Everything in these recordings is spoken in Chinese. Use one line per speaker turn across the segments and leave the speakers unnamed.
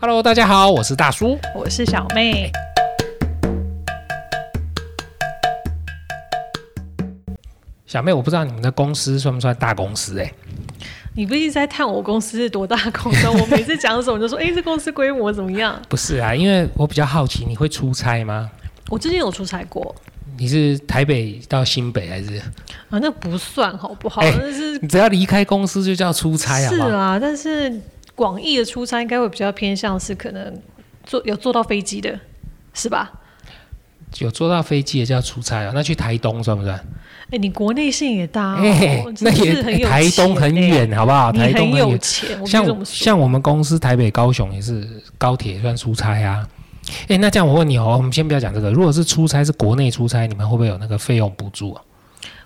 Hello，大家好，我是大叔。
我是小妹。
小妹，我不知道你们的公司算不算大公司、欸？哎，
你不是一直在探我公司是多大公 司？我每次讲什么就说，哎、这公司规模怎么样？
不是啊，因为我比较好奇，你会出差吗？
我最近有出差过
你是台北到新北还是？
啊，那不算好不好？
哎
那是
你只要离开公司就叫出差，好
是
不好？
啊，但是广义的出差应该会比较偏向是可能坐有坐到飞机的，是吧？
有坐到飞机也叫出差啊、那去台东算不算？
哎、你国内线也大、哦，
哎那
真是
也、
很有、欸
台东很，远，好不好？
你
台东
很有
远。
钱，我
像
就这
我
么说。
像我们公司台北、高雄也是高铁也算出差啊。哎、那这样我问你哦，我们先不要讲这个。如果是出差是国内出差，你们会不会有那个费用补助啊？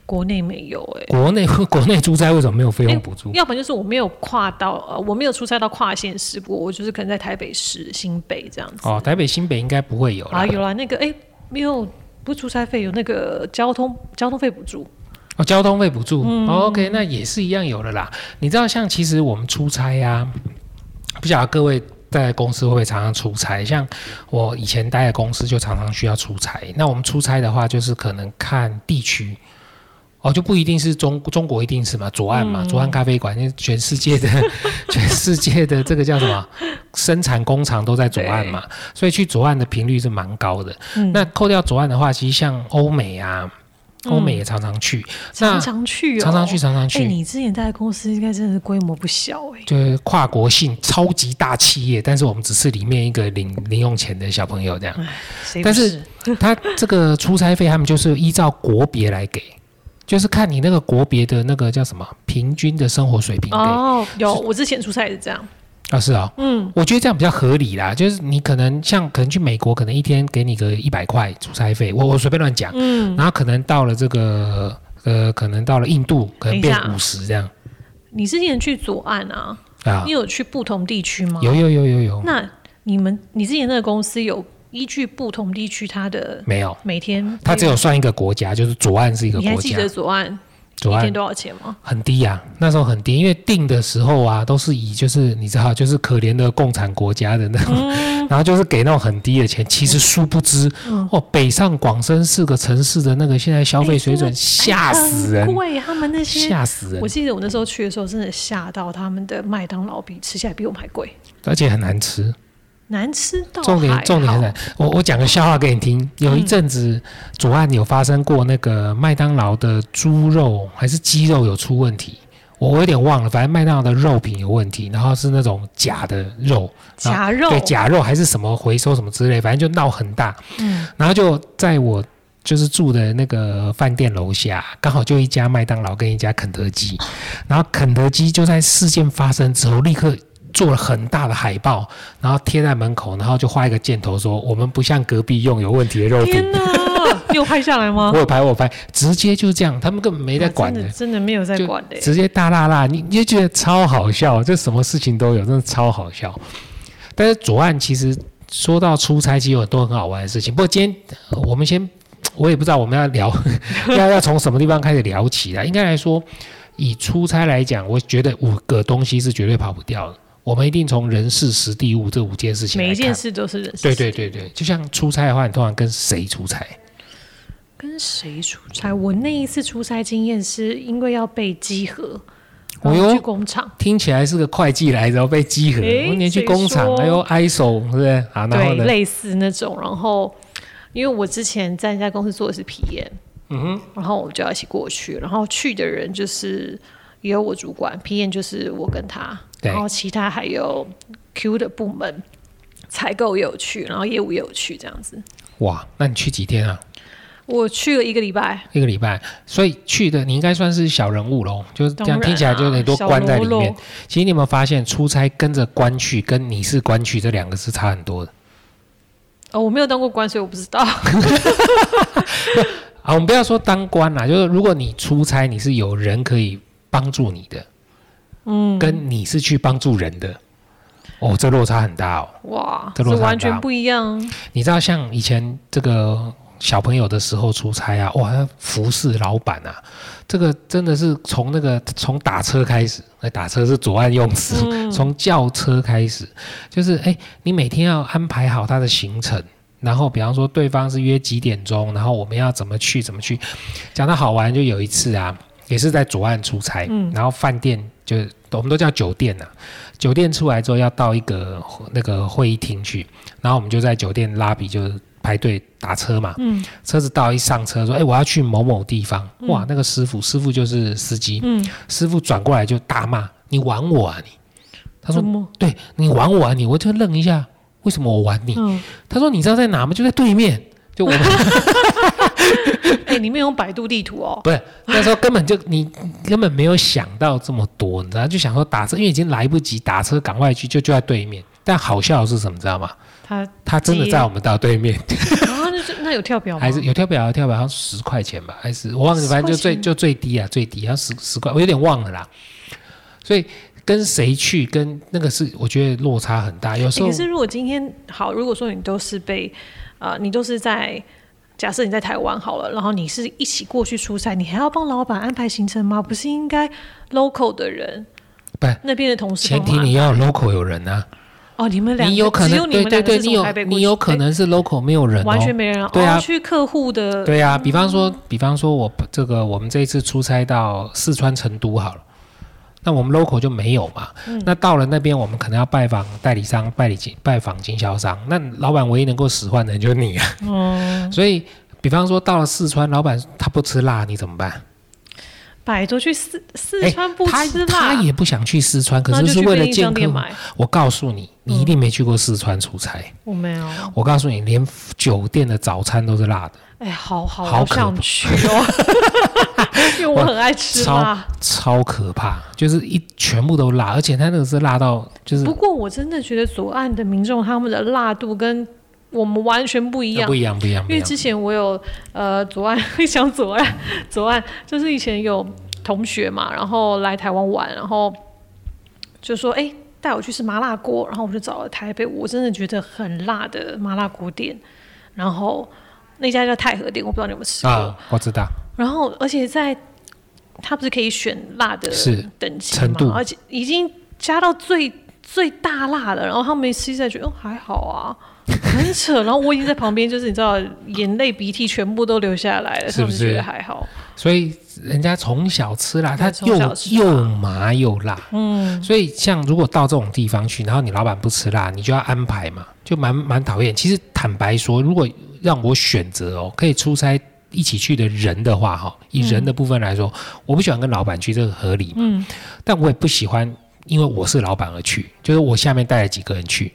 国内没有哎、
国内 国内出差为什么没有费用补助？
要不然就是我没有跨到呃，我没有出差到跨县市过，我就是可能在台北市、新北这样子。
哦，台北、新北应该不会有啦
啊，。有啦，那个哎、没有不出差费，有那个交通交通费补助。
哦，交通费补助、哦、，OK，那也是一样有了啦。你知道，像其实我们出差呀、不晓得各位在公司会不会常常出差？像我以前待的公司就常常需要出差。那我们出差的话，就是可能看地区。哦，就不一定是中中国一定是嘛，左岸
嗯
嘛，左岸咖啡馆，因为全世界的 全世界的这个叫什么生产工厂都在左岸嘛，所以去左岸的频率是蛮高的。
嗯
那扣掉左岸的话，其实像欧美啊，欧美也常常去。那
嗯常常去、哦，
常常去，。常常
哎、
去，
你之前在公司应该真的是规模不小哎、
就是跨国性超级大企业，但是我们只是里面一个领零用钱的小朋友这 样。
谁不
但是
是
他这个出差费，他们就是依照国别来给，就是看你那个国别的那个叫什么平均的生活水平给。啊、
哦，有我之前出差也是这样，
是哦，
嗯，
我觉得这样比较合理啦。就是你可能像可能去美国，可能一天给你个一百块出差费，我我随便乱讲，
嗯，
然后可能到了这个呃，可能到了印度，可能变
等一下
五十这样
你之前去左岸啊，
啊
你，有去不同地区吗？。嗯
有有有有有，
那你们你之前那个公司有依据不同地区它的
没有。
每天，
它只有算一个国家，就是左岸是一个
你还
国
记
家
得，左岸
左
一
岸
天多少钱吗？
很低呀、那时候很低，因为定的时候啊，都是以就是你知道，就是可怜的共产国家的那种，
嗯
然后就是给那种很低的钱。其实殊不知，哦，北上广深四个城市的那个现在消费水
哎
准
啊
吓死人
很，贵，他们那些
吓死人
我，记得我那时候去的时候，真的吓到他们的麦当劳比吃起来比我们还贵，
而且很难吃。
难吃到
重
还
点
好
重点很难，我我讲个笑话给你听。有一阵子左岸有发生过那个麦当劳的猪肉还是鸡肉有出问题，我我有点忘了，反正麦当劳的肉品有问题，然后是那种假的肉，
夹肉
啊对假肉还是什么回收什么之类，反正就闹很大。
嗯，
然后就在我就是住的那个饭店楼下，刚好就一家麦当劳跟一家肯德基，然后肯德基就在事件发生之后立刻。做了很大的海报，然后贴在门口，然后就画一个箭头说：“我们不像隔壁用有问题的肉品。
天哪！你有拍下来”吗
我？有拍，我有拍，直接就这样，他们根本没在管
啊
的
真，的真的没有在
就
管的欸。
直接大辣辣，你你就觉得超好笑，这什么事情都有，真的超好笑。但是左岸其实说到出差，其实有很多很好玩的事情。不过今天呃我们先，我也不知道我们要聊 要要从什么地方开始聊起来。应该来说，以出差来讲，我觉得五个东西是绝对跑不掉的。我们一定从人事、实地、物这五件事情来
每
看。
一件事都是人事。
对对对对，就像出差的话，你通常跟谁出差？
跟谁出差？我那一次出差经验是因为要被集合，
哦
然
哟
后去工厂。
听起来是个会计来着，然后被稽核，
诶
我连去工厂，哎
谁说
还有 ISO，是不是？啊，然后
对，
呢？
类似那种。然后，因为我之前在一家公司做的是皮验，嗯哼，然后我们就要一起过去。然后去的人就是也有我主管，皮验就是我跟他，
对
然后其他还有 Q 的部门，采购也有去，然后业务也有去，这样子。
哇，那你去几天啊？
我去了一个礼拜，
一个礼拜，所以去的你应该算是小人物喽，就是这
当
样
然
听起来就有点多关在里
啊小喽
面
啰。
其实你有没有发现，出差跟着官去跟你是官去这两个是差很多的
哦，我没有当过官，所以我不知道。
啊？我们不要说当官啦，就是如果你出差，你是有人可以帮助你的，嗯，跟你是去帮助人的，哦，这落差很大哦。
哇，
这
这
落差很大
完全不一样。
你知道，像以前这个小朋友的时候出差啊，哇，他服侍老板啊，这个真的是从那个从打车开始，那打车是左岸用词，从叫车开始，就是哎，你每天要安排好他的行程。然后，比方说对方是约几点钟，然后我们要怎么去怎么去。讲到好玩，就有一次啊，也是在左岸出差，
嗯
然后饭店就是我们都叫酒店呐、啊，酒店出来之后要到一个那个会议厅去，然后我们就在酒店拉比就排队打车嘛，
嗯
车子到一上车说，哎、我要去某某地方，哇，那个师傅，师傅就是司机，
嗯，
师傅转过来就大骂：“你玩我啊你！”他说
怎么？：“
对你玩我啊你！”我就愣一下，为什么我玩你？
嗯，
他说：“你知道在哪吗？就在对面。”就我 们
哎，你没有用百度地图哦，
不是那时候根本就你根本没有想到这么多，你知道就想说打车，因为已经来不及打车，赶快去就就在对面。但好笑的是什么，你知道吗？
他
他真的
接
在我们到对面，
啊，那就那有跳表吗？
还是哎有跳表，有跳表好像十块钱吧，还是我忘了，
10
反正就最
块钱
就最低啊，最低，好像十十块，我有点忘了啦。所以跟谁去，跟那个是我觉得落差很大。有时
欸
候
可是如果今天好，如果说你都是被，呃，你都是在假设你在台湾好了，然后你是一起过去出差，你还要帮老板安排行程吗？不是应该 local 的人，
不
那边的同事
前
帮
提
忙
你要有 local 有人啊，
哦，你们两个
你有可
只有
能
你
对
们
对
两个
对，
是
你
从台
有
北过
你
去
有可、能是 local 没有人
欸完全
哦。
没嗯人啊
对啊
哦、去客户的
对啊，比方说，比方说我这个我们这一次出差到四川成都好了，那我们 local 就没有嘛。
嗯
那到了那边，我们可能要拜访代理商、拜理经拜访经销商，那老板唯一能够使唤的人就是你啊。
嗯，
所以，比方说到了四川，老板他不吃辣，你怎么办？
摆脱去四四
哎
川不
他
吃
他
辣，
也不想去四川，可
那
是
就是去
为了
便利
见
商
客
店
户。
买。嗯
我告诉你，你一定没去过四川出差。
我没有，
我告诉你，连酒店的早餐都是辣的，
哎、好好
好
好
可
想
怕
去哦， 因为我很爱吃
超
辣。
超可怕，就是一全部都辣，而且他那个是辣到就是
不过我真的觉得左岸的民众他们的辣度跟我们完全不一
那
样
不。一样，不一样，不一
因为
样。
之前我有呃左岸会想左岸呃左岸，就是以前有同学嘛，然后来台湾玩，然后就说哎带我去吃麻辣锅，然后我就找了台北我真的觉得很辣的麻辣锅店，然后那家叫太和店，我不知道你有没有吃过。
啊，我知道，
然后而且在它不是可以选辣的
是
等级
程
嘛
度，
而且已经加到最最大辣了，然后他们吃起来觉得哦还好 啊，很扯。然后我已经在旁边，就是你知道，眼泪鼻涕全部都流下来了，
是不
他们就是觉得还好。
所以人家从小吃辣，他
对从
又
小吃辣
又麻又辣，
嗯，
所以，像如果到这种地方去，然后你老板不吃辣，你就要安排嘛，就蛮蛮讨厌。其实坦白说，如果让我选择哦，可以出差一起去的人的话，哈，以人的部分来说，我不喜欢跟老板去，这个合理嘛。
嗯
但我也不喜欢，因为我是老板而去，就是我下面带了几个人去，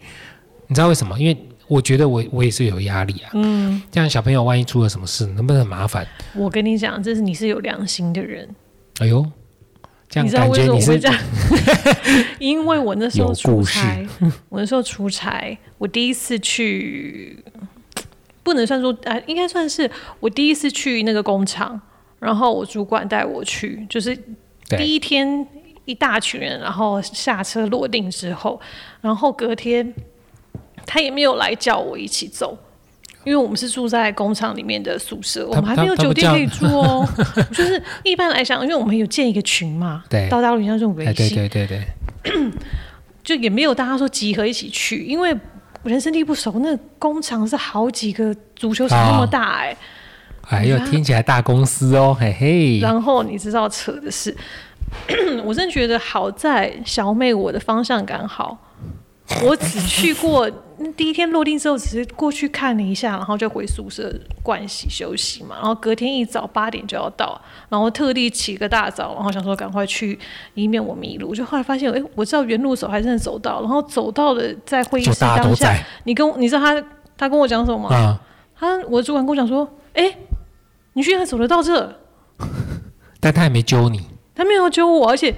你知道为什么？因为我觉得我我也是有压力啊，
嗯，
这样小朋友万一出了什么事，能不能很麻烦？
我跟你讲，这是你是有良心的人。
哎呦，这样
你知道
感
为
觉
什么
你
我
是
会这样？ 因为我那时候
有
出
故事
差，我那时候出差，我第一次去，不能算说啊、应该算是我第一次去那个工厂，然后我主管带我去，就是
对
第一天一大群人，然后下车落定之后，然后隔天他也没有来叫我一起走。因为我们是住在工厂里面的宿舍，我
他
们还没有
他他
酒
不
店
叫
可以住哦。 就是一般来讲，因为我们有建一个群嘛，
对
到大陆像这种维
哎，对
系，
对对对，
就也没有大家说集合一起去，因为人生地不熟，那工厂是好几个足球
啊
场那么大哎、
哎呦，听起来大公司哦，嘿嘿。
然后你知道扯的是， 我真的觉得好在小妹我的方向感好，我只去过 第一天落定之后，只是过去看了一下，然后就回宿舍盥洗休息嘛。然后隔天一早八点就要到，然后特地起个大早，然后想说赶快去，以免我迷路。就后来发现，哎，我知道原路走，还真的走到。然后走到了在会议
就
室
大家
当
都
下
在，
你跟我你知道他他跟我讲什么吗？
啊、
他我的主管跟我讲说，哎，你居然走得到这。
但他也没揪你。
他没有揪我，而且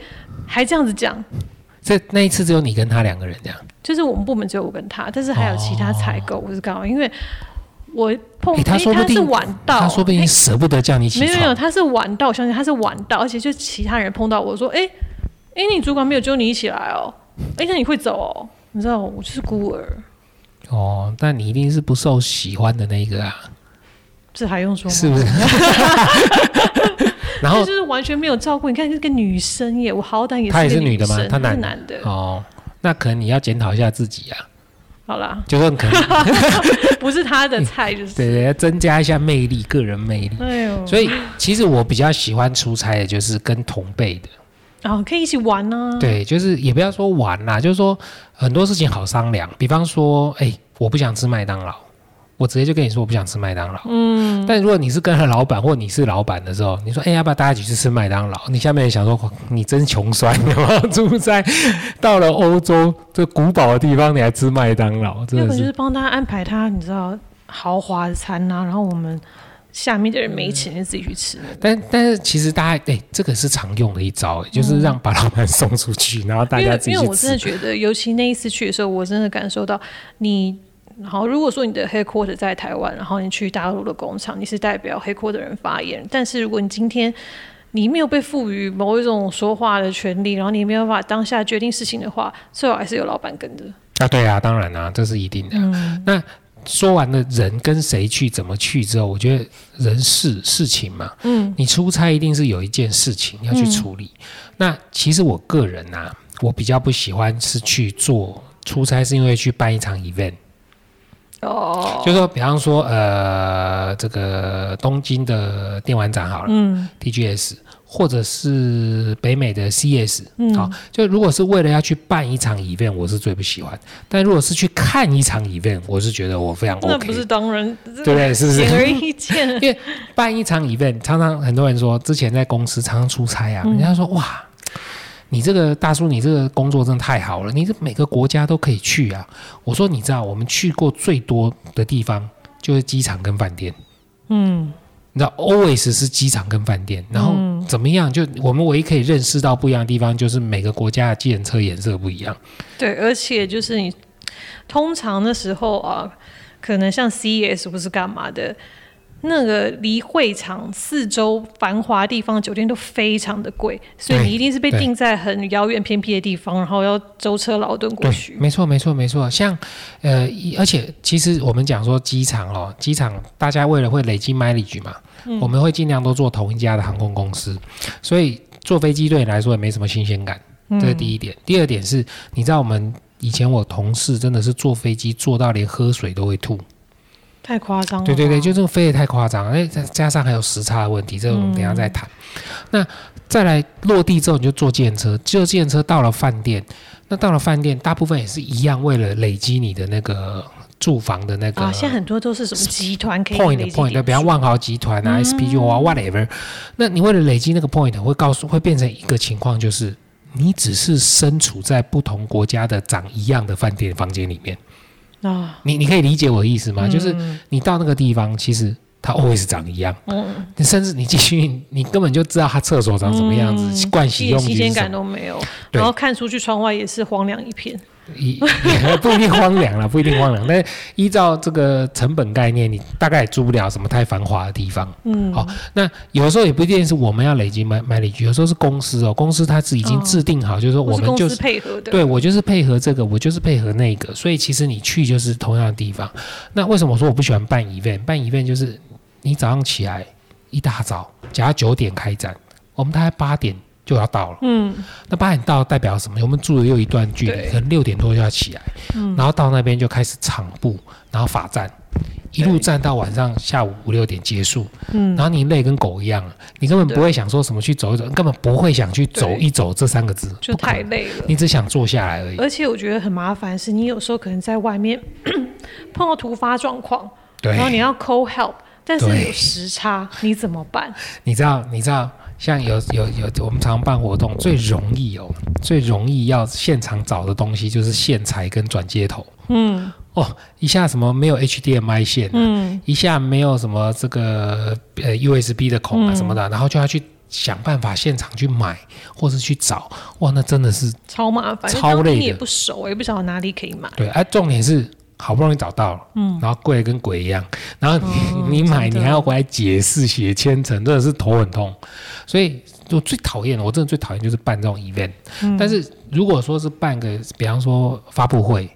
还这样子讲，
这那一次只有你跟他两个人这样，
就是我们部门只有我跟他，但是还有其他采购，我是刚好因为我碰，
哦诶他
诶
说不定
是晚到，
他说不定
诶
舍不得叫你起
没
床。
有没有，他是晚到，我相信他是晚到，而且就其他人碰到我说，哎、哎、你主管没有揪你一起来哦，哎、那你会走哦，你知道我就是孤儿，
哦，但你一定是不受喜欢的那一个啊。
这还用说吗？
是不是？ 然后
就是完全没有照顾。你看，这个女生耶，我好歹也是
她也
个
是女的吗
生
她
她
男
是
的
男的。
哦，那可能你要检讨一下自己啊，
好啦，
就说可能
不是她的菜，就 是。
对对，要增加一下魅力，个人魅力。
哎呦，
所以其实我比较喜欢出差，的就是跟同辈的，
哦，可以一起玩呢、啊。，
对，就是也不要说玩啦，就是说很多事情好商量。比方说，哎、我不想吃麦当劳，我直接就跟你说我不想吃麦当劳。嗯，但如果你是跟着老板或你是老板的时候，你说，哎、要不要大家一起去吃麦当劳？你下面人想说，你真穷酸， 有没有住在到了欧洲这古堡的地方，你还吃麦当劳，
要
真
不
的
然就是是帮他安排他，你知道豪华的餐呐、然后我们下面的人没钱就自己去吃。
但但是其实大家哎、这个是常用的一招、就是让把老板送出去，然后大
嗯因
家
为
自己
因为
去
我真的
吃。
觉得，尤其那一次去的时候，我真的感受到你。好，如果说你的 headquarter 在台湾，然后你去大陆的工厂，你是代表 headquarter 人发言，但是如果你今天你没有被赋予某一种说话的权利，然后你没有办法当下决定事情的话，最好还是有老板跟着。
啊，对啊，当然啊，这是一定的。那说完了人跟谁去、怎么去之后，我觉得人事事情嘛，
嗯，
你出差一定是有一件事情要去处理。那其实我个人啊，我比较不喜欢是去做出差，是因为去办一场 event。
哦，
就说，比方说，呃，这个东京的电玩展好了，
嗯
TGS，或者是北美的 CS，
嗯
好，就如果是为了要去办一场 event，我是最不喜欢；但如果是去看一场 event，我是觉得我非常
那不
OK，
是当然，
对不对？是不是
显？而易见。
办一场 event，常常很多人说，之前在公司常常出差啊，人家说哇，你这个大叔，你这个工作真的太好了，你这每个国家都可以去啊。我说你知道，我们去过最多的地方就是机场跟饭店。
嗯，
你知道，always 是机场跟饭店，然后怎么样？就我们唯一可以认识到不一样的地方，就是每个国家的计程车颜色不一样。
对，而且就是你通常的时候啊，可能像 CES 或是干嘛的，那个离会场四周繁华地方的酒店都非常的贵，所以
对
你一定是被
对
定在很遥远偏僻的地方，然后要舟车劳顿过
对，
去。
没错，没错，没错。像呃，一而且其实我们讲说机场哦，机场大家为了会累积 mileage 嘛，我们会尽量都坐同一家的航空公司，所以坐飞机对你来说也没什么新鲜感，这是第一点。第二点是，你知道我们以前我同事真的是坐飞机坐到连喝水都会吐。
太夸张了吧。
对对对，就这个飞得太夸张了，哎，再加上还有时差的问题，这个我们等一下
嗯
再谈。那再来落地之后，你就坐电车，坐电车到了饭店，那到了饭店，大部分也是一样，为了累积你的那个住房的那个
啊，现在很多都是什么集团可以
呃 point
累积
point，
点
比方
数嗯
万豪集团啊、SPU 啊 whatever，那你为了累积那个 point，会告诉会变成一个情况，就是你只是身处在不同国家的长一样的饭店房间里面。
啊，
你你可以理解我的意思吗？
嗯
就是你到那个地方，其实它 always 长一样，
嗯，
你甚至你进去，你根本就知道它厕所长什么样子，盥
嗯一
洗
点
用
新
具
鲜
是什
感
么，
都没有，
对
然后看出去窗外也是荒凉一片。
也也不一 定荒凉了，不一定荒 凉。但是依照这个成本概念，你大概也租不了什么太繁华的地方。
嗯，
好那有的时候也不一定是我们要累积买买累积，有时候是公司哦，公司它是已经
哦
制定好，就是说
或
我
是
们
公
就
司
是。
配合的。
对我就是配合这个，我就是配合那个，所以其实你去就是同样的地方。那为什么我说我不喜欢办 event？办 event 就是你早上起来一大早，假如九点开展，我们大概八点就要到了。
嗯，
那八点到代表什么？我们住的又一段距离，
对嗯
可能六点多就要起来，然后到那边就开始场布，然后罚站。一路站到晚上下午五六点结束，
嗯
然后你累跟狗一样了，你根本不会想说什么去走一走，根本不会想去走
对
一走这三个字，
就
不可
太
能
累了。
你只想坐下来而已。
而且我觉得很麻烦，是你有时候可能在外面 碰到突发状况，
对
然，后你要 call help，但是
对
有时差，你怎么 办？
你知道，你知道，像有有有，我们常办活动最容易哦，最容易要现场找的东西就是线材跟转接头
嗯
哦，一下什么没有 HDMI 线、啊，
嗯，
一下没有什么这个呃 USB 的孔啊什么
嗯
的，然后就要去想办法现场去买或是去找，哇，那真的是
超麻烦，
超
因为
累的
你也不熟，也不晓得哪里可以买。
对，哎、重点是好不容易找到了，嗯，然后贵得跟鬼一样，然后你、 你买
真的
你还要回来解释写千层，真的是头很痛。所以我最讨厌的，我真的最讨厌就是办这种 event、但是如果说是办个，比方说发布会、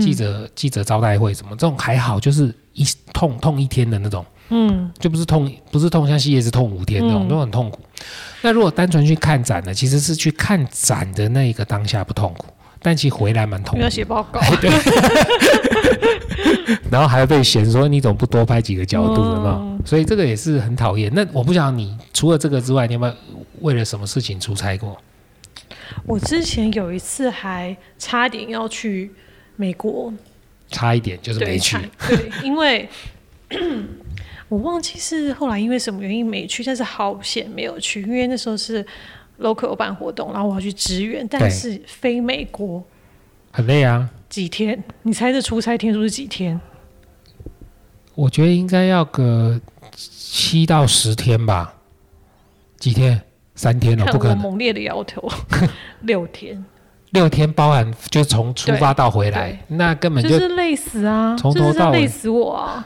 记者记者招待会什么这种还好，就是一痛痛一天的那种。
嗯，
就不是痛，不是痛像西叶是痛五天那种，
嗯
都很痛苦。那如果单纯去看展呢，其实是去看展的那一个当下不痛苦，但其实回来蛮痛
因为
苦
要，写报告，
然后还会被嫌说你怎么不多拍几个角度，有没有
嗯
所以这个也是很讨厌。那我不晓得你除了这个之外，你有没有为了什么事情出差过？
我之前有一次还差点要去美国，
差一点就是
对，
没去
差， 对，因为 我忘记是后来因为什么原因没去，但是好险没有去，因为那时候是 local 办活动，然后我要去支援，但是飞美国
很累啊。
几天，你猜这出差天数是几天？
我觉得应该要个七到十天吧，几天？三天哦，
看
不可
我
能，
猛烈的 摇头，六天，
六天包含就是从出发到回来
对，
那根本
就
就是
累死啊，
从
这
头
就是
到尾
累死我啊！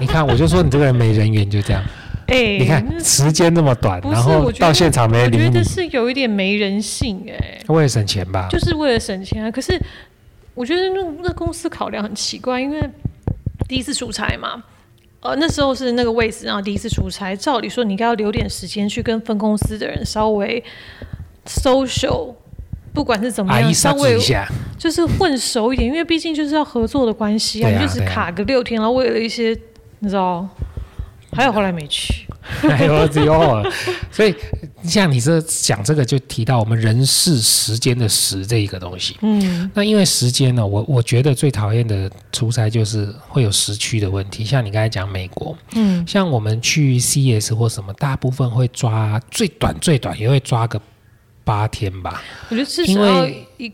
你看，我就说你这个人没人缘，就 这样。
哎、
你看
那
时间那么短，
不是
然后
我觉得
到现场没
我
人理
觉得
你，
是有一点没人性哎、
为了省钱吧？
就是为了省钱啊。可是我觉得那那公司考量很奇怪，因为第一次出差嘛，呃，那时候是那个位置，然后第一次出差，照理说你应该要留点时间去跟分公司的人稍微 social。不管是怎么
阿
样，
姨
稍
刹住
微
一下，
就是混熟一点，因为毕竟就是要合作的关系啊，
对啊
你就只
对啊
卡个六天，然后为了一些，你知道，还有后来没去，
哎呦，只有。所以像你这讲这个，就提到我们人事时间的时这一个东西。
嗯，
那因为时间呢，我我觉得最讨厌的出差就是会有时区的问题。像你刚才讲美国，
嗯，
像我们去 CS 或什么，大部分会抓最短最短也会抓个八天吧。
我觉得至
因
少
为
要一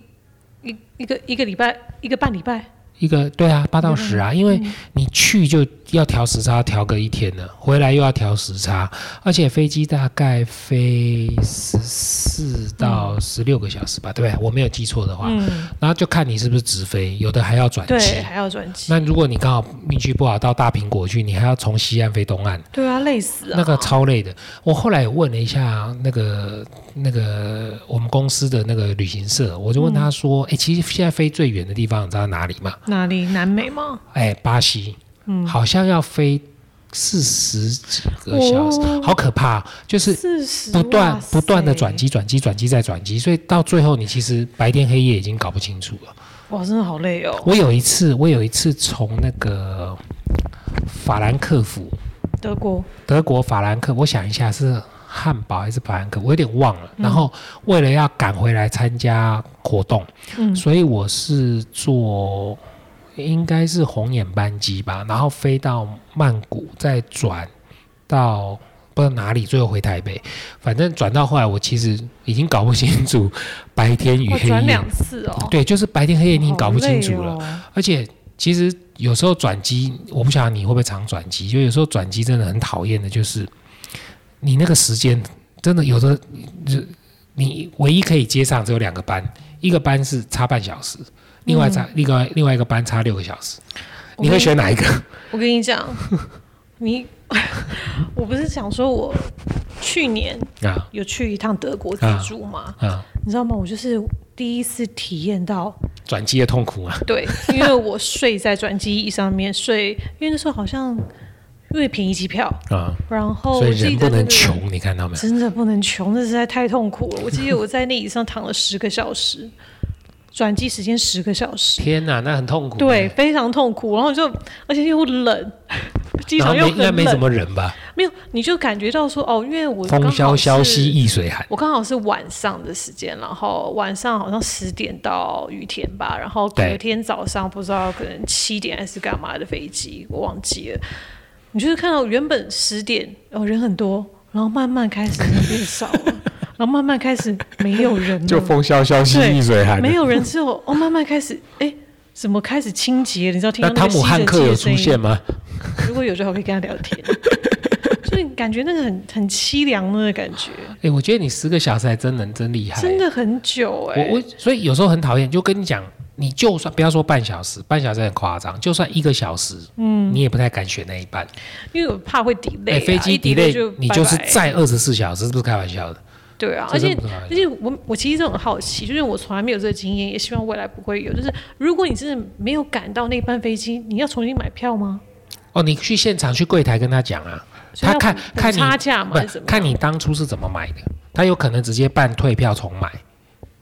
一一个一个礼拜，一个半礼拜，
一个对啊，八到十
嗯
啊，因为你去就要调时差，调个一天了，回来又要调时差，而且飞机大概飞十四到十六个小时吧，对不对？我没有记错的话，
嗯，
然后就看你是不是直飞，有的还要转
对，
机。
还要转机，
那如果你刚好运气不好到大苹果去，你还要从西岸飞东岸，
对啊，累死啊，
那个超累的。我后来问了一下那个那个我们公司的那个旅行社，我就问他说：“
嗯
哎、其实现在飞最远的地方你知道哪里吗？”
哪里南美吗？
哎，巴西，
嗯
好像要飞四十几个小时，
哦
好可怕！就是
四十，
不断
哇塞
不断的转，机、转机、转机再转机，所以到最后你其实白天黑夜已经搞不清楚了。
哇，真的好累哦，
我有一次，我有一次从那个法兰克福，
德国，
德国法兰克，我想一下是汉堡还是法兰克，我有点忘
嗯
了。然后为了要赶回来参加活动，
嗯
所以我是坐应该是红眼班机吧，然后飞到曼谷，再转到不知道哪里，最后回台北。反正转到后来，我其实已经搞不清楚白天与
我
黑
转
夜
两。次哦，
对，就是白天黑夜你已经
好
搞不清楚
累
了。
哦，
而且其实有时候转机，我不晓得你会不会常转机，就有时候转机真的很讨厌的，就是你那个时间真的有的，就你唯一可以接上只有两个班，一个班是差半小时，另
嗯
外差、另外另外一个班差六个小时，
我
你会
跟
选哪一个？
我跟 你讲，你， 我不是想说我去年
啊
有去一趟德国自助吗？
啊，
你知道吗？我就是第一次体验到，
转机的痛苦啊！
对，因为我睡在转机椅上面睡，因为那时候好像因为便宜机票，
啊，
然后
所
哦我
以
记
人
得
不
那
能
个
穷，你看到没有？
真的不能穷，那实在太痛苦了。我记得我在那椅上躺了十个小时，转机时间十个小时，
天哪，那很痛苦。
对，，非常痛苦。然后就，而且又冷，机
然后
场又
没应
很
该
冷，
没什么人吧？
没有，你就感觉到说，哦，因为我
风
刚
萧
好
萧
是
兮易水寒。
我刚好是晚上的时间，然后晚上好像十点到雨田吧，然后隔
对
天早上不知道可能七点还是干嘛的飞机，我忘记了。你就是看到原本十点哦人很多，然后慢慢开始人变少了，然后慢慢开始没有人了，
萧萧
对
水寒
没有人之后，哦慢慢开始哎。怎么开始清洁？你知道听
那汤
到个
姆
吸
汉
尘
克
器
有
的
出
声音
现吗？
如果有就好，可以跟他聊天。所以感觉那个很很凄凉的感觉，
哎、我觉得你十个小时还真能真厉害。
真的很久哎、
我我所以有时候很讨厌，就跟你讲，你就算不要说半小时，半小时很夸张，就算一个小时，嗯，你也不太敢选那一半。
因为我怕会 delay，、啊
哎飞机
一 delay
你
拜
就是
拜
再二十四小时，是不是开玩笑的？
对啊，
这
而
真
且
不是开玩
而且我我其实都很好奇，就是我从来没有这个经验，也希望未来不会有。就是如果你真的没有赶到那班飞机，你要重新买票吗？
哦，你去现场去柜台跟他讲啊，
所以
他
要
看
补
看你
差价嘛，
不
还是怎么样
看你当初是怎么买的，他有可能直接办退票重买，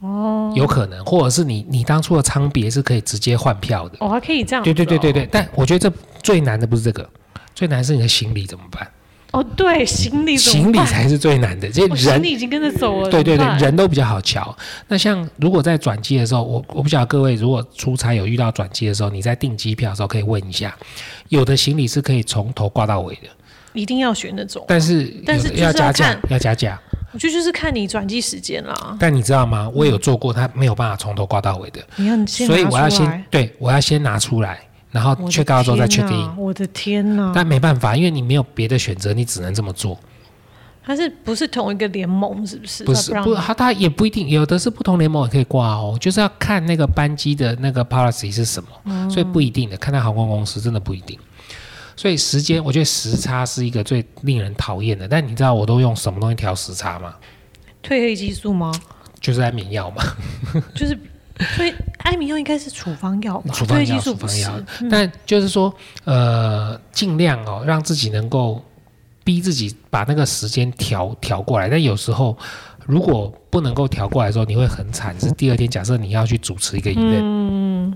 哦，有可能，或者是你你当初的仓别是可以直接换票的，
哦，还可以这样、
对对对对。对，但我觉得这最难的不是这个，最难是你的行李怎么办，
哦，对，行李怎
行
么
李
办
才是最难的，这
哦
人
行李已经跟着走了，
对对
怎
对
么，办
人都比较好瞧。那像如果在转机的时候，我我不晓得各位如果出差有遇到转机的时候，你在订机票的时候可以问一下，有的行李是可以从头挂到尾的，
一定要选那种。
但是
但
有
是
的
就是
要
要
加价
看，嗯
要加价。
我觉得就是看你转机时间啦，
但你知道吗？我有做过，它没有办法从头挂到尾的，
你要你嗯先
所以
拿
我要
出
先
来。
对我要先拿出来，然后
我的
check out 之后再 check
天
in
哪。我的天呐！
但没办法，因为你没有别的选择，你只能这么做。
它是不是同一个联盟？是不是？
不是
它
不，
让你
它它也不一定，有的是不同联盟也可以挂哦，就是要看那个班机的那个 policy 是什么，所以不一定的，看它航空公司真的不一定。所以时间，我觉得时差是一个最令人讨厌的。但你知道我都用什么东西调时差吗？
褪黑激素吗？
就是安眠药嘛，
就是，所以安眠药应该是处方药吧？
处
褪黑
方
激
药、
素
处
不
方
是嗯
药。但就是说，呃，尽量哦，让自己能够逼自己把那个时间调调过来。但有时候如果不能够调过来的时候，你会很惨。是第二天，假设你要去主持一个 event，、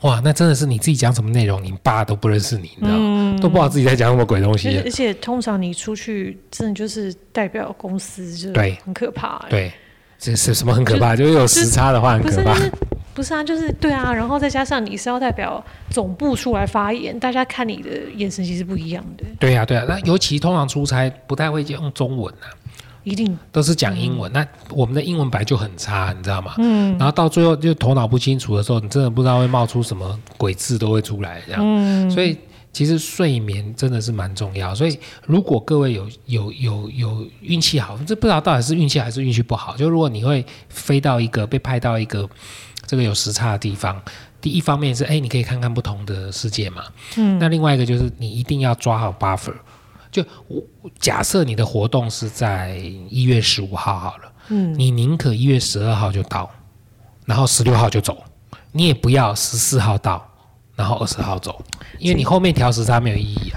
哇，
嗯
那真的是你自己讲什么内容，你爸都不认识你，你知道吗？
嗯
都不知道自己在讲什么鬼东
而且
西。
而且通常你出去真的就是代表公司，就是
对
很可怕、欸。，
对，这是什么很可怕？就是有时差的话很
不
可
是
怕
但。是不是啊，就是对啊，然后再加上你是要代表总部出来发言，大家看你的眼神其实不一样的，
对呀、对呀、那尤其通常出差不太会用中文啊。
一定
都是讲英文，那我们的英文本来就很差，你知道吗？嗯，然后到最后就头脑不清楚的时候，你真的不知道会冒出什么鬼字都会出来这样。嗯，所以其实睡眠真的是蛮重要。所以如果各位有有有有运气好，这不知道到底是运气还是运气不好。就如果你会飞到一个被派到一个这个有时差的地方。第一方面是，哎，你可以看看不同的世界嘛。嗯。那另外一个就是，你一定要抓好 buffer。就我假设你的活动是在一月十五号好了，嗯，你宁可一月十二号就到，然后十六号就走，你也不要十四号到，然后二十号走，因为你后面调时差没有意义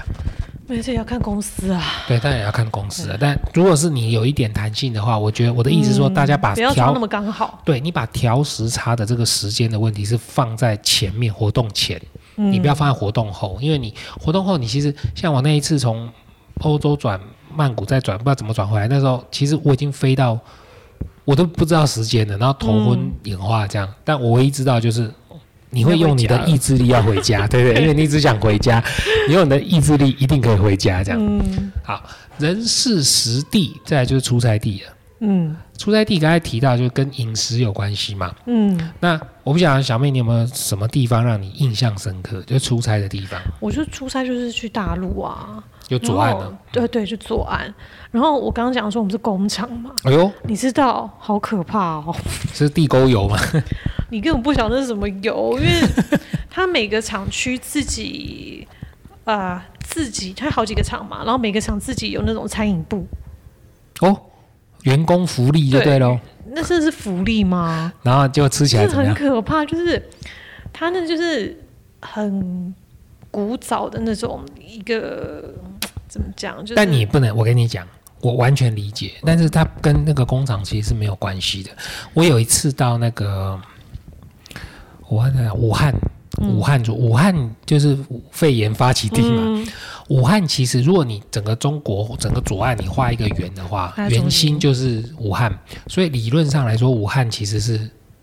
啊。
没事要看公司啊，
对，当然也要看公司了。啊但如果是你有一点弹性的话，我觉得我的意思是说，大家把
嗯不要抓
调、
那么刚好。
对你把调时差的这个时间的问题是放在前面活动前，你不要放在活动后，因为你活动后你其实像我那一次从欧洲转曼谷再转不知道怎么转回来，那时候其实我已经飞到我都不知道时间了，然后头昏眼花这样，但我唯一知道就是。你会用你的意志力要回家，对不对？因为你只想回家，你用你的意志力一定可以回家。这样，好，人事实地，再来就是出差地了。
嗯
出差地刚才提到，就跟饮食有关系嘛。
嗯，
那我不想小妹，你有没有什么地方让你印象深刻？就出差的地方，
我就出差就是去大陆啊，
有左岸
然
呢
后？对对，就左岸。然后我刚刚讲说我们是工厂嘛，
哎呦，
你知道，好可怕哦！
是地沟油嘛？
你根本不晓得是什么油，因为 它每个厂区自己，呃，自己它好几个厂嘛，然后每个厂自己有那种餐饮部，
哦，员工福利就对喽。
那这是福利吗？
然后就吃起来哎
这
怎么
很
样？
可怕，就是它那就是很古早的那种一个怎么讲，就是
但你不能，我跟你讲，我完全理解，但是它跟那个工厂其实是没有关系的。我有一次到那个，我忘了武汉，
嗯
武汉就武汉就是肺炎发起地嘛。
嗯
武汉其实，如果你整个中国整个左岸你画一个圆的话
它，中
圆
间
心就是武汉，所以理论上来说，武汉其实是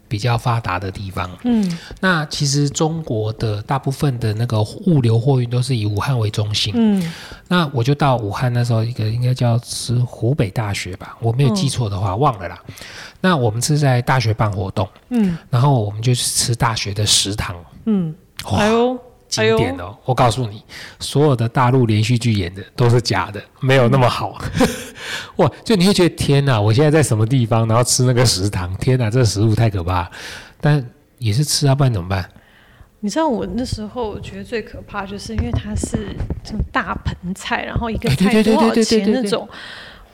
比较发达的地方。
嗯
那其实中国的大部分的那个物流货运都是以武汉为中心。
嗯
那我就到武汉那时候，一个应该叫是湖北大学吧，我没有记错的话，忘了啦。那我们是在大学办活动，
嗯
然后我们就去吃大学的食堂，
嗯，
哇，
哎呦，哎
经
呦，
典哦！我告诉你，所有的大陆连续剧演的都是假的，没有那么 好。哇，就你会觉得天哪，我现在在什么地方，然后吃那个食堂，天哪，这食物太可怕了。但也是吃啊，不然怎么办？
你知道我那时候觉得最可怕，就是因为它是这种大盆菜，然后一个
哎对
菜
对
多少
对对对
钱
对
那
对
种，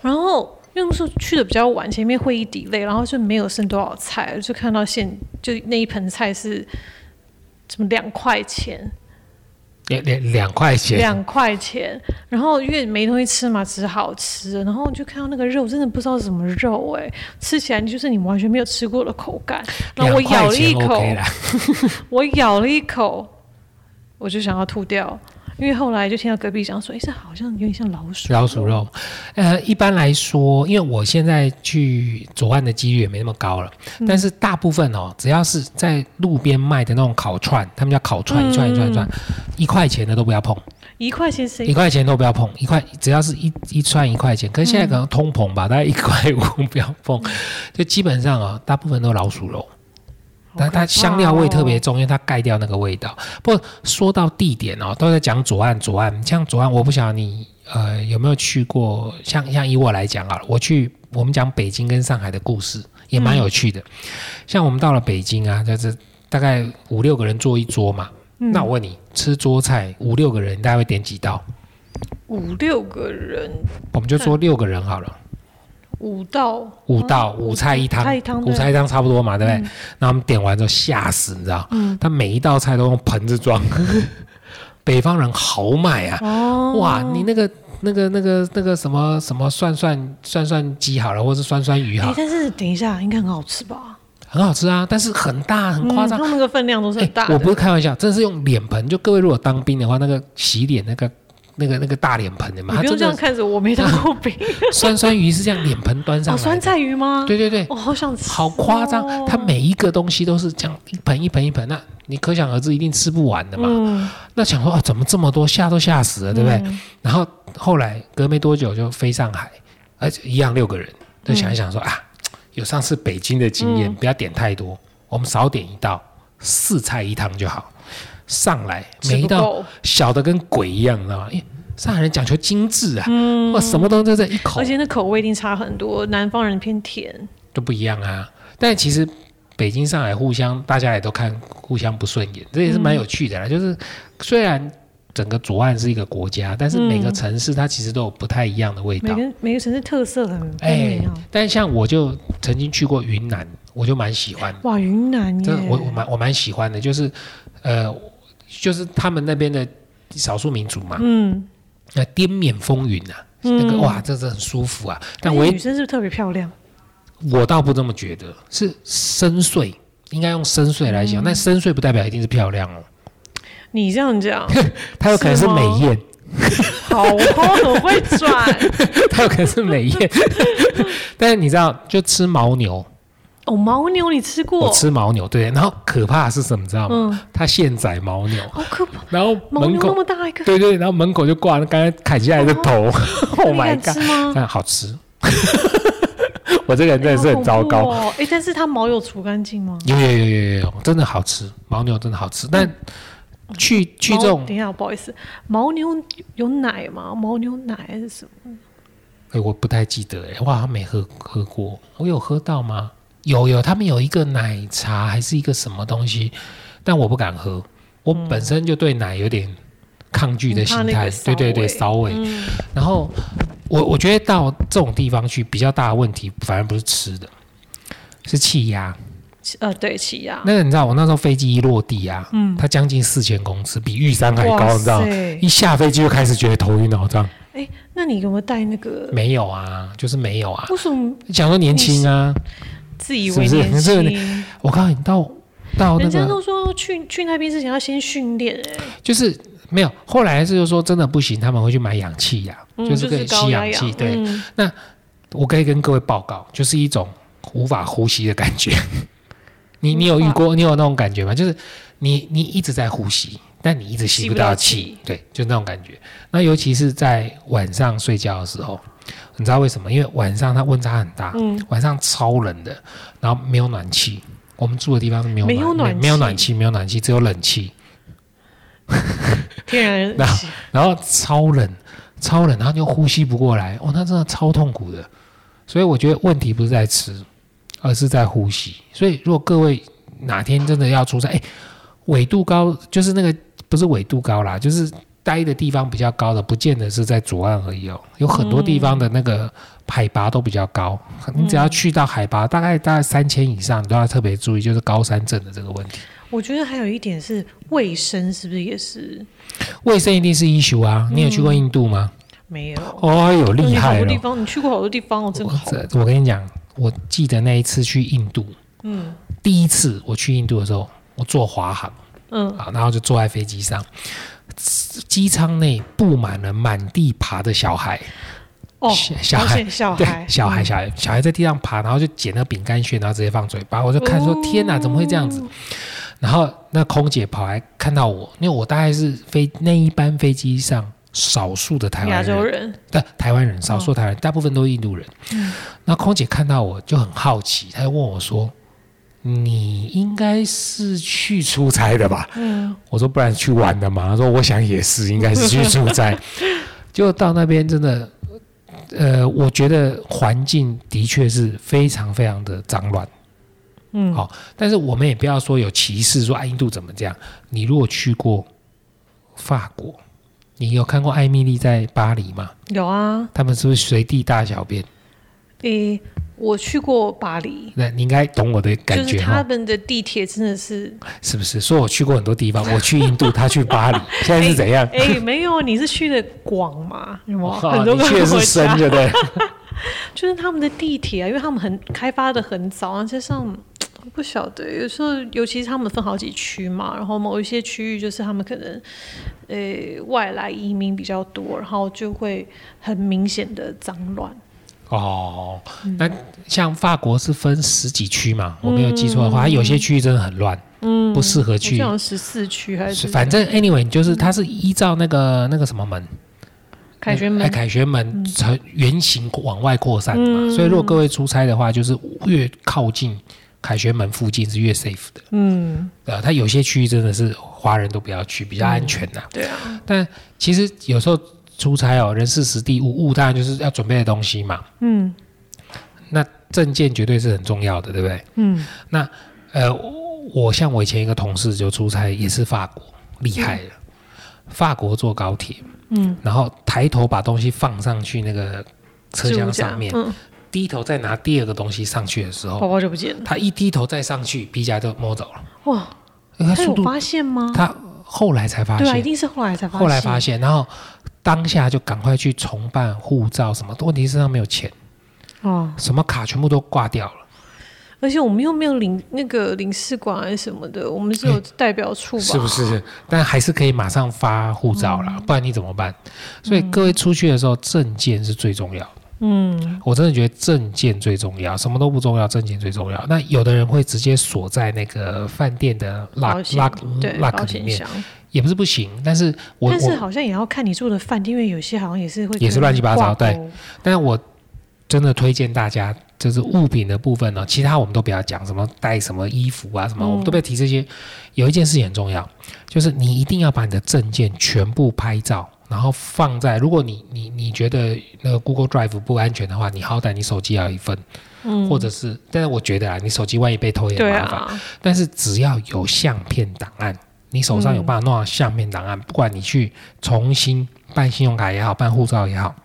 然后。因为那时候去的比较晚，前面会议 delay，然后就没有剩多少菜，就看到现就那一盆菜是什么两块钱，
两两两块钱，
两块钱，然后因为没东西吃嘛，只好吃了。然后就看到那个肉，真的不知道是什么肉哎、吃起来就是你完全没有吃过的口感。然后我
两块
咬了一
钱
口，
OK 啦。
我咬了一口，我就想要吐掉，因为后来就听到隔壁讲说，哎、这好像有点像老鼠，
老鼠，肉，呃，一般来说，因为我现在去左岸的几率也没那么高了，但是大部分哦，只要是在路边卖的那种烤串，他们叫烤串，一串一串一串，一块钱的都不要碰，
一块钱谁
一块钱都不要碰，一块只要是一一串一块钱，可是现在可能通膨吧，大概一块五不要碰，就基本上啊、大部分都老鼠肉。
哦
但它香料味特别重，因为它盖掉那个味道。不过说到地点哦，都在讲左岸，左岸，像左岸，我不晓得你呃有没有去过，像像以我来讲啊，我去我们讲北京跟上海的故事也蛮有趣的。像我们到了北京啊，就是大概五六个人坐一桌嘛。那我问你，吃桌菜五六个人，你大概会点几道？
五六个人，
我们就说六个人好了，
五到
五道五菜一汤，
哦菜一汤，
五
对
菜一汤差不多嘛，对不对？那我们点完之后吓死，你知道？
嗯
他每一道菜都用盆子 装，北方人豪迈啊！
哦，
哇，你那个那个那个那个什么什么涮涮涮涮鸡好了，或是涮涮鱼
哎、
好，
但是等一下，应该很好吃吧？
很好吃啊，但是很大很夸
嗯
张。
他们那个分量都是
哎
很大的。
我不是开玩笑，真的是用脸盆。就各位如果当兵的话，那个洗脸那个。那个那个大脸盆的嘛，
你
它
不用
真
这样
的
看着我，没当过 兵。
酸酸鱼是这样脸盆端上
哦，
来
酸
的，
菜鱼吗？，
对对对，
我、好想吃、
好夸张
哦！
它每一个东西都是这样一盆一盆一盆，那你可想而知一定吃不完的嘛。
嗯，
那想说哦，怎么这么多，吓都吓死了，对不对？
嗯
然后后来隔没多久就飞上海，而且一样六个人，就想一想说、啊，有上次北京的经
嗯
验，不要点太多，我们少点一道，四菜一汤就好。上来
吃
每一
不
道
够
小的跟鬼一样，你知道吗？因为上海人讲求精致啊，
嗯
哇，什么东西都在一口
而且那口味一定差很多，南方人偏甜。
就不一样啊。但其实北京、上海互相大家也都看互相不顺眼，这也是蛮有趣
嗯
的啦。就是虽然整个左岸是一个国家，但是每个城市它其实都有不太一样的味
每
道。
个每个城市特色很不
哎
一样。，
但像我就曾经去过云南，我就蛮喜欢的，
哇，云南耶！
真的我我蛮我蛮喜欢的，就是呃，就是他们那边的少数民族嘛，
嗯，
呃，滇缅风云啊，那个哇，这是很舒服啊。但我
哎
一
女生是不是特别漂亮？
我倒不这么觉得，是深邃，应该用深邃来形
嗯
容。但深邃不代表一定是漂亮哦，
你这样讲，
它有可能是
是吗
美艳，
好哦，很会转
它有可能是美 艳。但是你知道，就吃牦牛，
哦。牦牛你吃过
我？吃牦牛，对。然后可怕的是什么，你知道吗？
哦嗯，
它现宰牦牛，
好可怕！
然后
牦
门
牛那
口，
么大一个，
对对，然后门口就挂了刚才砍下来的头。oh
你
my
敢
god！
吃吗？
但好吃， 我这个人真的是很糟
好
糕
恐。怖哦。哎，但是它毛有除干净吗？
有有有有有有，真的好吃，牦牛真的好吃。但
嗯
去去这
毛
种
等一下，不好意思，牦牛有奶吗？牦牛奶还是什么？
哎、我不太记得哎、我好像没喝喝过，我有喝到吗？有有，他们有一个奶茶还是一个什么东西，但我不敢喝，我本身就对奶有点抗拒的
嗯你
心
怕那
态，
个
对对对，骚
骚
味。
嗯，
然后我我觉得到这种地方去，比较大的问题反而不是吃的，是气压。
起呃，对，起亚。
那个你知道，我那时候飞机一落地啊，
嗯
它将近四千公尺，比玉山还
哇
高，
塞！
你知道吗？一下飞机就开始觉得头晕脑胀，
哎，那你有没有带 那个？
没有啊，就是没有啊。
为什么
想说年轻啊，
自以
是不
为
是
年
你这个
轻？
我告诉你，到到那
人家
个
都说去去那边之前要先训练，哎，
就是没有，后来是就说真的不行，他们会去买氧气呀、
嗯
就
就是
可以吸
高压
氧
氧
气。对、
嗯
我可以跟各位报告，就是一种无法呼吸的感觉。 你你有遇过？你有那种感觉吗？就是你你一直在呼吸，但你一直吸
吸
不
不到
到
气
对，就那种感觉。那尤其是在晚上睡觉的时候，你知道为什么？因为晚上它温差很大，
嗯
晚上超冷的，然后没有暖气。我们住的地方是没有
没有暖
没有
气
暖气，没有暖气，只有冷气。
天然
那然后超冷，超冷，然后就呼吸不过来，哦，那真的超痛苦的。所以我觉得问题不是在吃，而是在呼吸。所以如果各位哪天真的要出差，哎，纬度高就是那个不是纬度高啦，就是待的地方比较高的，不见得是在左岸而已哦，有很多地方的那个海拔都比较高。你只要去到海拔大概大概三千以上，你都要特别注意，就是高山症的这个问题。
我觉得还有一点是卫生，是不是也是
卫生一定是 issue 啊。你有去过印度吗？
没有？
哦哟，
你
厉
好
害
多地
了！
方，你去过好多地方哦，真好。
我这我跟你讲，我记得那一次去印度，
嗯
第一次我去印度的时候，我坐华航
嗯，
啊，然后就坐在飞机上，机舱内布满了满地爬的小孩，
哦，嗯
小小
而
孩
且小
对
孩，，
小孩，小孩，小孩在地上爬，然后就捡那饼干屑，然后直接放嘴巴。我就看说，
哦
天哪，怎么会这样子？然后那空姐跑来看到我，因为我大概是飞那一班飞机上少数的台
亚
湾
洲
人，
人，
对，台湾人，少数台湾人，大部分都是印度人。那空姐看到我就很好奇，她就问我说：“你应该是去出差的吧？”
嗯，
我说不然去玩的嘛。他说我想也是，应该是去出差。 就到那边真的，呃，我觉得环境的确是非常非常的脏乱。
嗯
好、但是我们也不要说有歧视，说啊印度怎么这样。你如果去过法国，你有看过艾米丽在巴黎吗？
有啊，
他们是不是随地大小便？
诶，我去过巴黎，
那你应该懂我的感
就是
觉
他
哈，
们的地铁真的是，
是不是？说我去过很多地 方，我去印度，他去巴
哎
黎，现在是怎样？
诶，没有，你是去的广嘛，有吗？
哇
很多
你去
个
的
国
是深，
家，
对不 对？
就是他们的地铁啊，因为他们很开发的很早啊，加上。我不晓得，有时候尤其是他们分好几区嘛，然后某一些区域就是他们可能，呃、外来移民比较多，然后就会很明显的脏乱。
哦，
嗯
那像法国是分十几区嘛？我没有记错的话，它有些区域真的很乱，
嗯，
不适合
我记
去
得。好像十四区还是
反正 anyway，就是它是依照那个那个什么门，
凯旋
哎
门，嗯
凯旋门呈圆形往外扩散的嘛。所以如果各位出差的话，就是越靠近凯旋门附近是越 safe 的。
嗯，
呃，它有些区域真的是华人都不要去，比较安全呐、
对啊，
但其实有时候出差哦，人事实地物物当然就是要准备的东西嘛。
嗯
那证件绝对是很重要的，对不对？
嗯，
呃，我我像我以前一个同事就出差，也是法国，厉害了。法国坐高铁，
嗯，
然后抬头把东西放上去那个车
置
厢
物架
上面，
嗯，
低头再拿第二个东西上去的时
包
候，
包就不见了。
他一低头再上去，皮夹就摸走了。
哇，
因为
他
他哦速
有
度，
发现吗？
他后来才发
对啊，一
现，
定是后来才发现。
后来发现，然后当下就赶快去重办护照什么，问题是身上没有钱，
哦，
什么卡全部都挂掉了，
而且我们又没有领那个领事馆还是什么的，我们只有代表处吧？
是不？是？但还是可以马上发护照
嗯
啦，不然你怎么办？所以各位出去的时候，证件是最重要的。
嗯，
我真的觉得证件最重要，什么都不重要，证件最重要。那有的人会直接锁在那个饭店的
保
lock
险
lock
对，保
lock 里
险
面，
箱。
也不是不行。但是我
但是
我，
好像也要看你住的饭店，因为有些好像也是会
也是
跟
乱七八糟
挂钩。
但我真的推荐大家，就是物品的部分呢、其他我们都不要讲，什么带什么衣服啊，什么、
嗯
我们都不要提这些。有一件事情很重要，就是你一定要把你的证件全部拍照。然后放在，如果你你你觉得那个 Google Drive 不安全的话，你好歹你手机要有一份，
嗯，
或者是，但是我觉得啊，你手机万一被偷也很
对
麻烦。
啊，
但是只要有相片档案，你手上有办法弄到相片档案，不管你去重新办信用卡也好，办护照也好，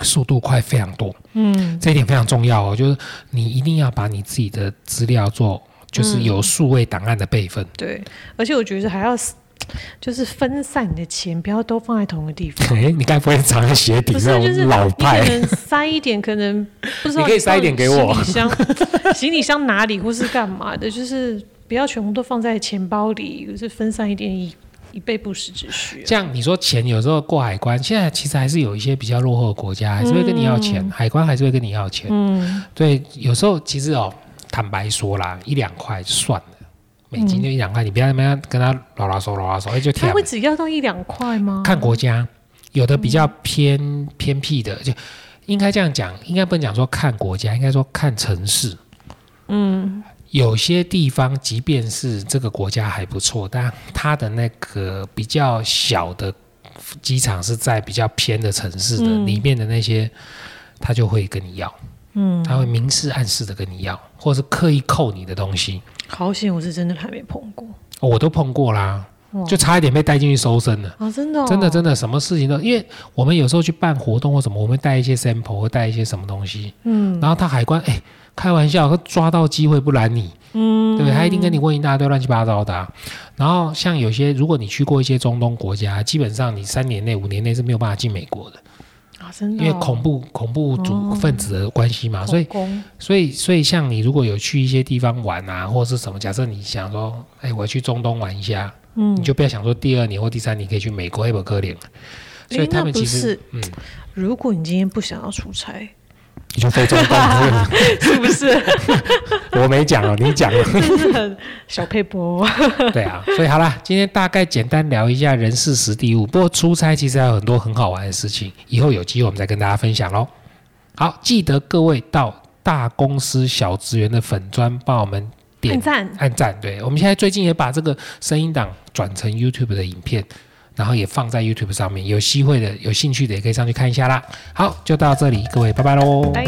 速度快非常多。
嗯
这一点非常重要哦，就是你一定要把你自己的资料做，就是
嗯
有数位档案的备 份。
对，而且我觉得还要就是分散你的钱，不要都放在同一个地方。
哎、你该不会藏在鞋底
不是
那，
就是
种老
你
派？
可能塞一点， 可能不知道
你可以塞一点给我
行李箱 行李箱哪里或是干嘛的，就是不要全部都放在钱包里，就是分散一点，以以备不时之需。啊
像你说钱有时候过海关，现在其实还是有一些比较落后的国家，还是会跟你要钱，海关还是会跟你要钱。
嗯，
对，有时候其实哦，坦白说啦，一两块就算了，美金就一两块，你不要那么跟他拉拉手拉拉手，哎就
他
跳。
会只要到一两块吗？
看国家，有的比
嗯
较偏、偏僻的，就应该这样讲，应该不能讲说看国家，应该说看城市。
嗯，
有些地方即便是这个国家还不错，但它的那个比较小的机场是在比较偏的城市的、
嗯
里面的那些，他就会跟你要，嗯，他会明示暗示的跟你要，或是刻意扣你的东西，
好险，我是真的还没碰过
哦我都碰过啦
哇，
就差一点被带进去搜身了。
啊，真的、哦，
真的真的，什么事情都，因为我们有时候去办活动或什么，我们会带一些 sample 或带一些什么东西，
嗯，
然后他海关哎、开玩笑，他抓到机会不拦你，嗯，对不对？他一定跟你问一大堆乱七八糟的啊、然后像有些，如果你去过一些中东国家，基本上你三年内、五年内是没有办法进美国的，
啊，真的
因
哦、
为恐怖恐怖主分子的关系啊嘛。所以，
恐攻
所以，所以像你如果有去一些地方玩啊，或者是什么，假设你想说，哎，我去中东玩一下，
嗯
你，就不要想说第二年或第三年可以去美国，黑不可怜。所以
诶
他
那
们
不
其实，
是
嗯，
如果你今天不想要出差，
你就非中东，
是不是？
我没讲哦，你讲 了。
真是很小佩波，
对啊，所以好啦，今天大概简单聊一下人事实地物。不过出差其实还有很多很好玩的事情，以后有机会我们再跟大家分享喽。好，记得各位到大公司小职员的粉砖帮我们点
点赞。
按赞。对，我们现在最近也把这个声音档转成 YouTube 的影片，然后也放在 YouTube 上面，有机会的、有兴趣的也可以上去看一下啦。好，就到这里，各位拜拜喽，
拜。